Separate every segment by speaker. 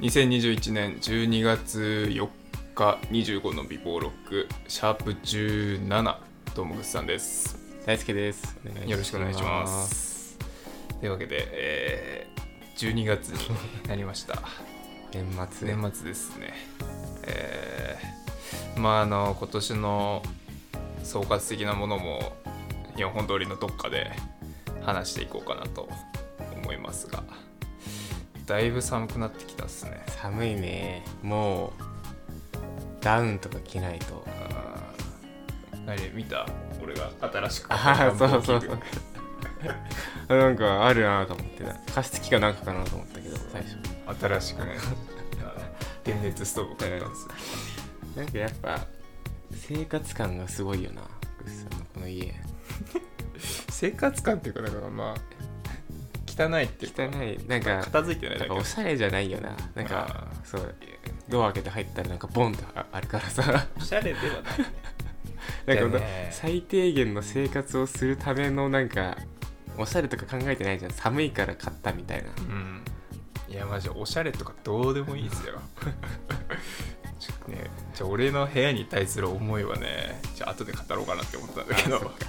Speaker 1: 2021年12月4日25の美貌ロックシャープ17どうもぐっさんです
Speaker 2: 大輔です
Speaker 1: よろしくお願いしますというわけで、えー、12月になりました
Speaker 2: 年末
Speaker 1: 年末ですねえー、まああの今年の総括的なものも4本通りのどっかで話していこうかなと思いますがだいぶ寒くなってきたっすね
Speaker 2: 寒いねもうダウンとか着ないと
Speaker 1: あーあれ見た俺が新しく
Speaker 2: ああ
Speaker 1: 暖
Speaker 2: そう
Speaker 1: 房器具
Speaker 2: そうそう なんかあるなと思ってな加湿器かなんかかなと思ったけど最初
Speaker 1: 新しくねあの電熱ストーブ買ったんですよ
Speaker 2: なんかやっぱ生活感がすごいよなグッさんのこの家
Speaker 1: 生活感っていうかだからまあ汚いっていうか
Speaker 2: 汚いなんか
Speaker 1: 片付いてないだ
Speaker 2: なん
Speaker 1: け
Speaker 2: かおしゃれじゃないよななんか
Speaker 1: あー
Speaker 2: そうドア開けて入ったらなんかボンってああるからさ
Speaker 1: おしゃれではない
Speaker 2: なんか
Speaker 1: だよね
Speaker 2: 最低限の生活をするためのなんかおしゃれとか考えてないじゃん寒いから買ったみたいな
Speaker 1: うんいやマジおしゃれとかどうでもいいです よちょっとねじゃあ俺の部屋に対する思いはねじゃあ後で語ろうかなって思ったんだけど
Speaker 2: あそっか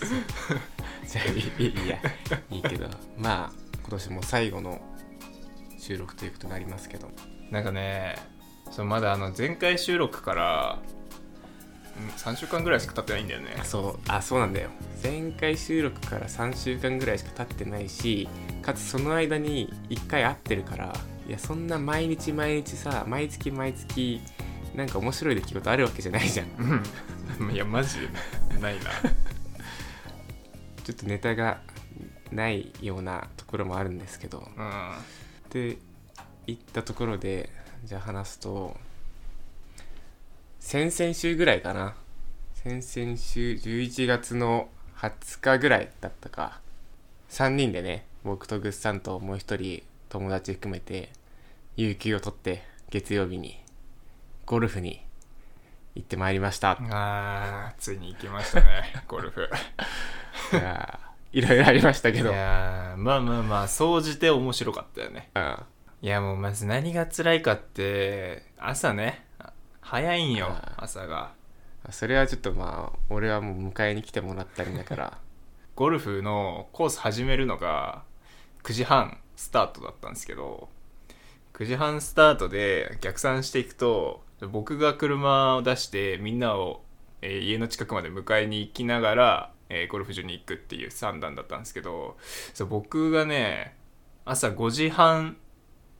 Speaker 2: じゃあいいいいやいいけどまあ今年も最後の収録ということになりますけど
Speaker 1: なんかねそうまだあの前回収録からうん3週間ぐらいしか経ってないんだよね
Speaker 2: あそうあそうなんだよ前回収録から3週間ぐらいしか経ってないしかつその間に1回会ってるからいやそんな毎日毎日さ毎月毎月なんか面白い出来事あるわけじゃないじゃん
Speaker 1: うんい やマジでないな
Speaker 2: ちょっとネタがないようなところもあるんですけど
Speaker 1: うん
Speaker 2: って言ったところでじゃあ話すと先々週ぐらいかな先々週11月の20日ぐらいだったか3人でね僕とぐっさんともう一人友達含めて有給を取って月曜日にゴルフに行ってまいりました
Speaker 1: あーついに行きました ねゴルフ
Speaker 2: いやーいろいろありました
Speaker 1: い
Speaker 2: けど
Speaker 1: やーまあまあまあ総じて面白かったよね
Speaker 2: うん
Speaker 1: いやもうまず何が辛いかって朝ねあ早いんよ
Speaker 2: あー
Speaker 1: 朝が
Speaker 2: それはちょっとまあ俺はもう迎えに来てもらったりだから
Speaker 1: ゴルフのコース始めるのが9時半スタートだったんですけど9時半スタートで逆算していくと僕が車を出してみんなを、えー家の近くまで迎えに行きながら、えーゴルフ場に行くっていう算段だったんですけどそう僕がね朝5時半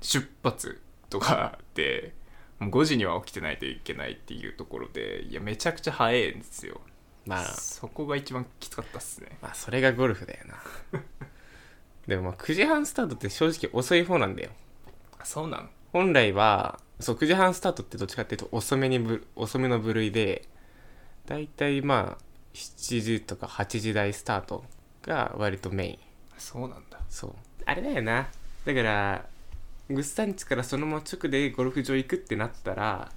Speaker 1: 出発とかでもう5時には起きてないといけないっていうところでいやめちゃくちゃ早いんですよ
Speaker 2: まあ
Speaker 1: そこが一番きつかったっすね
Speaker 2: まあそれがゴルフだよなでもまあ9時半スタートって正直遅い方なんだよ
Speaker 1: あそうなの
Speaker 2: 本来はそう9時半スタートってどっちかっていうと遅めにぶ遅めの部類でだいたいまあ7時とか8時台スタートが割とメイン
Speaker 1: そうなんだ
Speaker 2: そうあれだよなだからグッサンチからそのまま直でゴルフ場行くってなったら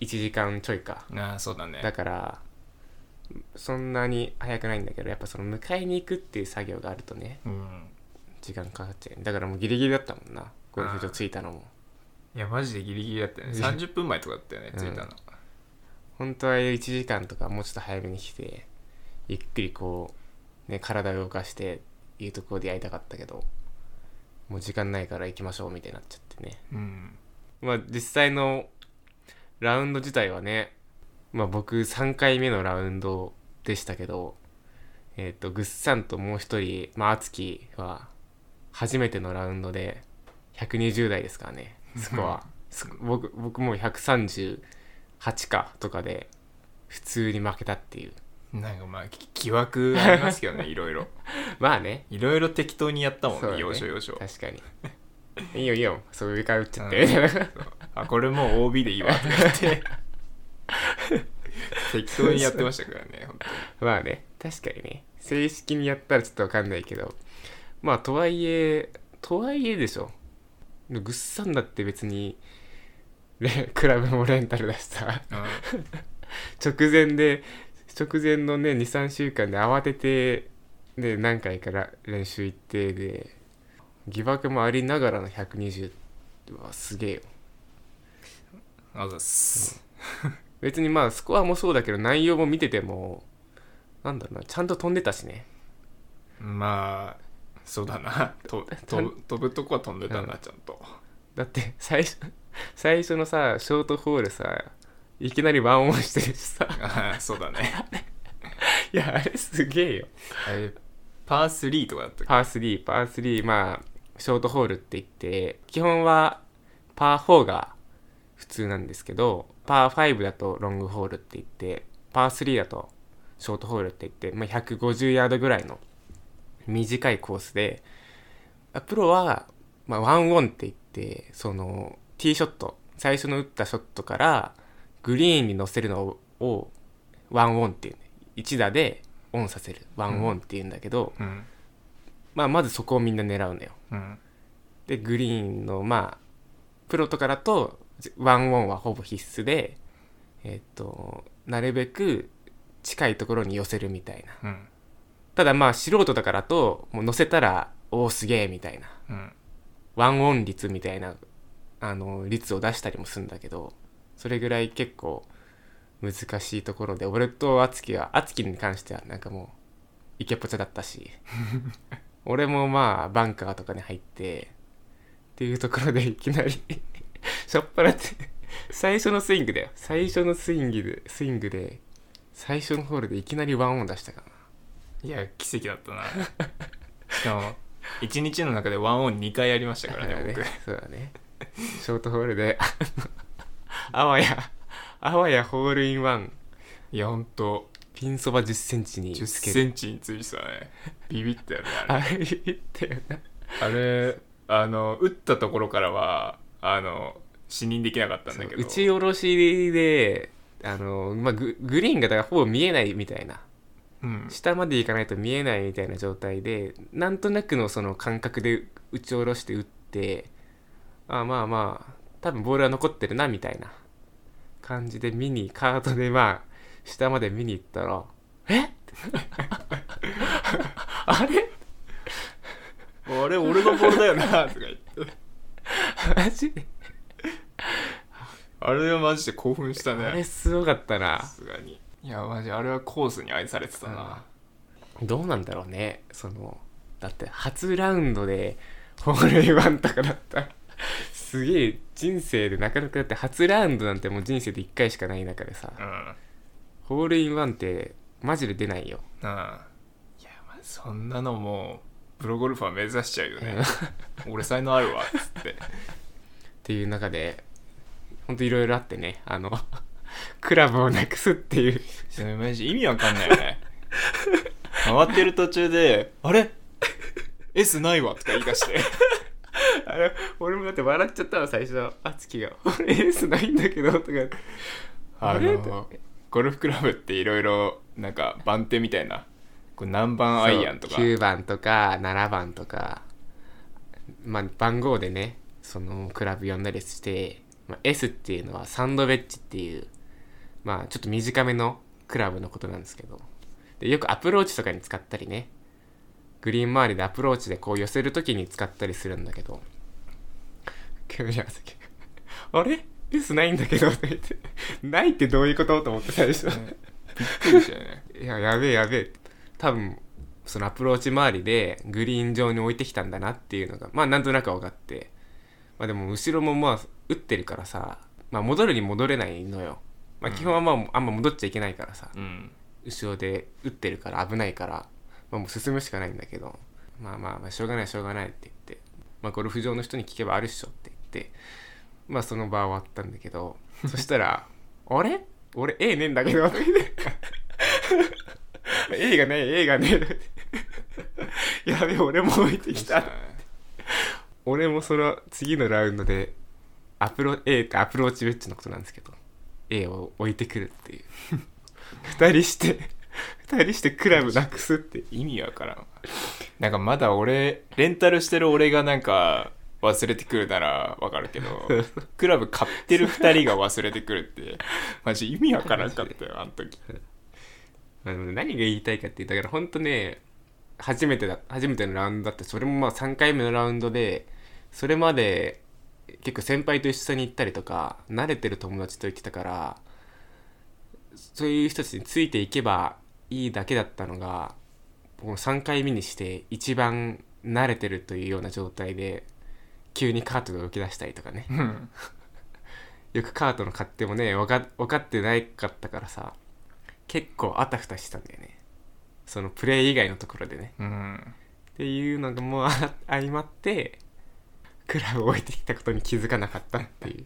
Speaker 2: 1時間ちょいか
Speaker 1: ああそうだね
Speaker 2: だからそんなに早くないんだけどやっぱその迎えに行くっていう作業があるとね
Speaker 1: うん
Speaker 2: 時間かかっちゃうだからもうギリギリだったもんなゴルフ場着いたのも
Speaker 1: いやマジでギリギリだったよね30分前とかだったよね
Speaker 2: うん
Speaker 1: 着いたの、
Speaker 2: 本当は1時間とかもうちょっと早めに来てゆっくりこうね体を動かしていうところでやりたかったけどもう時間ないから行きましょうみたいになっちゃってね
Speaker 1: うん、
Speaker 2: まあ実際のラウンド自体はね、まあ、僕3回目のラウンドでしたけど、えっとぐっさんともう一人、まあ、敦貴は初めてのラウンドで120台ですからねスコアす僕僕もう138かとかで普通に負けたっていう
Speaker 1: なんかまあき疑惑あります けどねいろいろ
Speaker 2: まあね
Speaker 1: いろいろ適当にやったもん
Speaker 2: そ
Speaker 1: ね
Speaker 2: うだね
Speaker 1: 要所要所
Speaker 2: 確かにいいよいいよそう上から打っちゃって、
Speaker 1: うん あこれもう OB でいい わって言って適当にやってましたからね本当に
Speaker 2: まあね確かにね正式にやったらちょっとわかんないけどまあとはいえとはいえでしょぐっさんだって別にレ クラブもレンタルだしさ直前で直前のね23週間で慌ててで何回から練習行ってで疑惑もありながらの120うわすげえよ
Speaker 1: あざっす。
Speaker 2: 別にまあスコアもそうだけど内容も見ててもなんだろうなちゃんと飛んでたしね
Speaker 1: まあ、そうだな。と飛ぶ飛ぶとこは飛んでた
Speaker 2: う
Speaker 1: な、ちゃんと。
Speaker 2: だって最初最初のさショートホールさいきなりワンオンしてるしさ
Speaker 1: あーそうだね。
Speaker 2: いやあれすげえよ
Speaker 1: あれパー3とかだったっけ
Speaker 2: パー3パー3まあショートホールって言って基本はパー4が普通なんですけどパー5だとロングホールって言ってパー3だとショートホールって言って、まあ、150ヤードぐらいの短いコースであプロは、まあ、ワンオンって言ってそのティーショット最初の打ったショットからグリーンに乗せるのををワンオンっていうね1打でオンさせるワンオンっていうんだけど、
Speaker 1: うん。
Speaker 2: まあ、まずそこをみんな狙うのよ
Speaker 1: うん。
Speaker 2: でグリーンのまあプロとかだとじワンオンはほぼ必須でえっとなるべく近いところに寄せるみたいな
Speaker 1: うん。
Speaker 2: ただまあ素人だからともう乗せたらおおすげえみたいな
Speaker 1: うん。
Speaker 2: ワンオン率みたいなあの率を出したりもするんだけどそれぐらい結構難しいところで俺と敦樹は敦樹に関してはなんかもうイケポチャだったし俺もまあバンカーとかに入ってっていうところでいきなりしょっぱらって最初のスイングだよ最初のスイングでスイングで最初のホールでいきなりワンオン出したからない
Speaker 1: や、奇跡だったな。しかも、一日の中でワンオン2回やりましたからね、僕。
Speaker 2: そうだねショートホールで あのあわやあわやホールインワン
Speaker 1: いや、ほんと、
Speaker 2: ピンそば1 0センチに
Speaker 1: 10
Speaker 2: つけ
Speaker 1: セ
Speaker 2: る
Speaker 1: ンチについてたね。ビビったよね、あれ
Speaker 2: あれ言ったよな
Speaker 1: あれあの打ったところからはあの視認できなかったんだけど
Speaker 2: 打ち下ろしであの、まあ、ググリーンがだからほぼ見えないみたいな
Speaker 1: うん
Speaker 2: 下まで行かないと見えないみたいな状態でなんとなくのその感覚で打ち下ろして打ってあまあまあ多分ボールは残ってるなみたいな感じで見にカートでまあ下まで見に行ったら「え あれ
Speaker 1: あれ俺のボールだよなとか言って
Speaker 2: マジ
Speaker 1: あれはマジで興奮した
Speaker 2: あれ
Speaker 1: ね
Speaker 2: すごかったな
Speaker 1: さすがにいやマジあれはコースに愛されてたな
Speaker 2: どうなんだろうねそのだって初ラウンドでホールインワンとかだったらすげえ人生でなかなかだって初ラウンドなんてもう人生で1回しかない中でさ
Speaker 1: うん
Speaker 2: ホールインワンってマジで出ないよ
Speaker 1: なあいやまあそんなのもうプロゴルファー目指しちゃうよね俺才能あるわっつって
Speaker 2: っていう中でほんといろいろあってねあのクラブをなくすっていう
Speaker 1: いやマジ意味わかんないよ ね回ってる途中で「あれ ?S ないわ」とか言い出して
Speaker 2: あれ俺もだって笑っちゃったの最初敦貴が「俺エースないんだけど」とか
Speaker 1: あ
Speaker 2: あれ
Speaker 1: のゴルフクラブっていろいろなんか番手みたいなこう何番アイアンとか
Speaker 2: そう9番とか7番とか、まあ、番号でねそのクラブ呼んだりして、まあ、S っていうのはサンドウェッジっていう、まあ、ちょっと短めのクラブのことなんですけどでよくアプローチとかに使ったりねグリーン周りでアプローチでこう寄せるときに使ったりするんだけど急に朝日があれ ?S ないんだけど」って言って「ないってどういうこと?」と思って最初。
Speaker 1: びっくりしたよね
Speaker 2: いや、やべえやべえ。多分、そのアプローチ周りでグリーン上に置いてきたんだなっていうのが、まあなんとなく分かって。まあでも後ろもまあ打ってるからさ、まあ戻るに戻れないのよ。まあ基本はまああんま戻っちゃいけないからさ、
Speaker 1: うん
Speaker 2: 後ろで打ってるから危ないから、まあもう進むしかないんだけど、まあまあまあしょうがないしょうがないって言って、まあゴルフ場の人に聞けばあるっしょって言って、まあその場終わったんだけど、そしたら、あれ俺 A ねえんだけど、とか 言って A がねえ、A がねえとか言って。やべえ、俺も置 いてきた。俺もその次のラウンドで、アプロ、A ってアプローチウェッジのことなんですけど、A を置いてくるっていう。二人して、二人してクラブなくすって。
Speaker 1: 意味わからんわなんかまだ俺レンタルしてる俺がなんか忘れてくるならわかるけ どクラブ買ってる2人が忘れてくるってマジ意味わからんかったよあの時
Speaker 2: まあでも何が言いたいかって言ったから本当ね初めてだ初めてのラウンドだってそれもまあ3回目のラウンドでそれまで結構先輩と一緒に行ったりとか慣れてる友達と行ってたからそういう人たちについていけばいいだけだったのがこの3回目にして一番慣れてるというような状態で急にカートが動き出したりとかね
Speaker 1: うん
Speaker 2: よくカートの勝手もね分か分かってないかったからさ結構あたふたしてたんだよねそのプレイ以外のところでね
Speaker 1: うん
Speaker 2: っていうのがもうあ相まってクラブを置いてきたことに気づかなかったっていう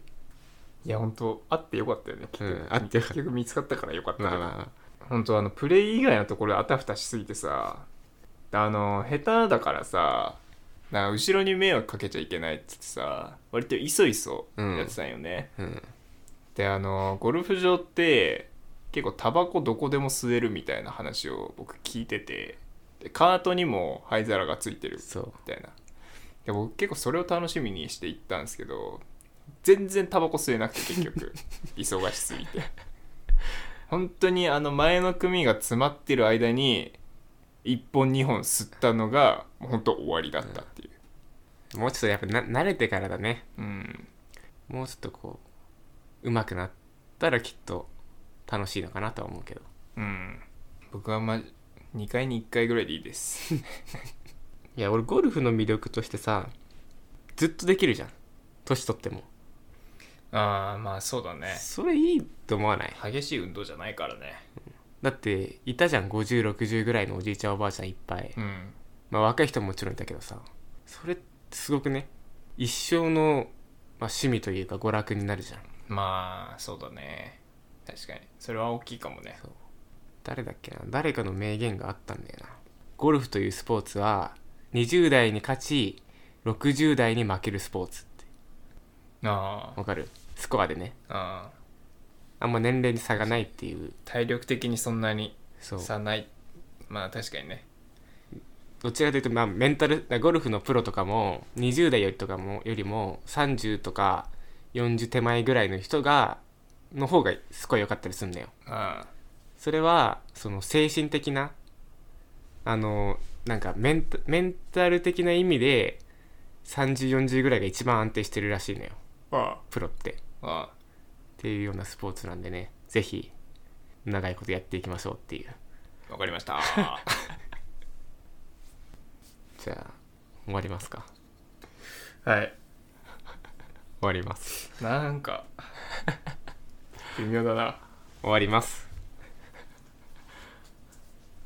Speaker 1: いや本当あってよかったよね結局、
Speaker 2: うん会ってよかっ
Speaker 1: 結
Speaker 2: た
Speaker 1: 局見つかったからよかったけど
Speaker 2: まあま
Speaker 1: 本当あのプレイ以外のところであたふたしすぎてさあの下手だからさなんか後ろに迷惑かけちゃいけないっつってさ割といそいそやってたんよね、
Speaker 2: あうん
Speaker 1: であのゴルフ場って結構タバコどこでも吸えるみたいな話を僕聞いててでカートにも灰皿がついてる
Speaker 2: そう
Speaker 1: みたいなで僕結構それを楽しみにして行ったんですけど全然タバコ吸えなくて結 局忙しすぎて本当にあの前の組が詰まってる間に1本2本吸ったのがもう本当終わりだったっていう
Speaker 2: もうちょっとやっぱな慣れてからだね
Speaker 1: うん
Speaker 2: もうちょっとこう上手くなったらきっと楽しいのかなとは思うけど
Speaker 1: うん僕はま2回に1回ぐらいでいいです
Speaker 2: いや俺ゴルフの魅力としてさずっとできるじゃん年取っても、
Speaker 1: ああまあそうだね
Speaker 2: それいいと思わない
Speaker 1: 激しい運動じゃないからね
Speaker 2: だっていたじゃん5060ぐらいのおじいちゃんおばあちゃんいっぱい、
Speaker 1: うん
Speaker 2: まあ、若い人ももちろんいたけどさそれってすごくね一生の、まあ、趣味というか娯楽になるじゃん
Speaker 1: まあそうだね確かにそれは大きいかもね
Speaker 2: そう誰だっけな誰かの名言があったんだよなゴルフというスポーツは20代に勝ち60代に負けるスポーツって
Speaker 1: あ
Speaker 2: わかるスコアでね
Speaker 1: あ
Speaker 2: あんま年齢に差がないっていう
Speaker 1: 体力的にそんなに
Speaker 2: そう
Speaker 1: 差ないまあ確かにね
Speaker 2: どちらかというと、まあ、メンタルゴルフのプロとかも20代よりとかもよりも30とか40手前ぐらいの人がの方がすごい良かったりするんだよ
Speaker 1: あ
Speaker 2: それはその精神的なあのなんかメンタメンタル的な意味で3040ぐらいが一番安定してるらしいのよ
Speaker 1: あ
Speaker 2: プロってっ
Speaker 1: あ
Speaker 2: ていうようなスポーツなんでねぜひ長いことやっていきましょうっていう
Speaker 1: わかりま した
Speaker 2: じゃあ終わりますか
Speaker 1: はい
Speaker 2: 終わります
Speaker 1: なんか微妙だな
Speaker 2: 終わります